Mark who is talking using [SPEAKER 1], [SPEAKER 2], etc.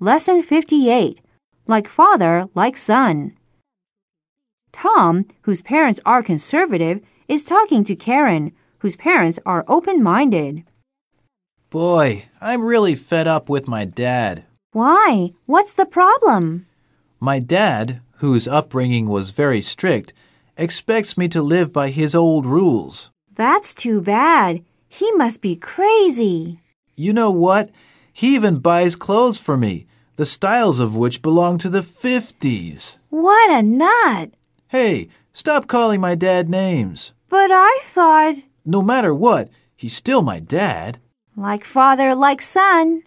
[SPEAKER 1] Lesson 58 Like Father, Like Son. Tom, whose parents are conservative, is talking to Karen, whose parents are open minded.
[SPEAKER 2] Boy, I'm really fed up with my dad.
[SPEAKER 1] Why? What's the problem?
[SPEAKER 2] My dad, whose upbringing was very strict, expects me to live by his old rules.
[SPEAKER 1] That's too bad. He must be crazy.
[SPEAKER 2] You know what? He even buys clothes for me, the styles of which belong to the 50s.
[SPEAKER 1] What a nut!
[SPEAKER 2] Hey, stop calling my dad names.
[SPEAKER 1] But I thought,
[SPEAKER 2] No matter what, he's still my dad.
[SPEAKER 1] like father, like son.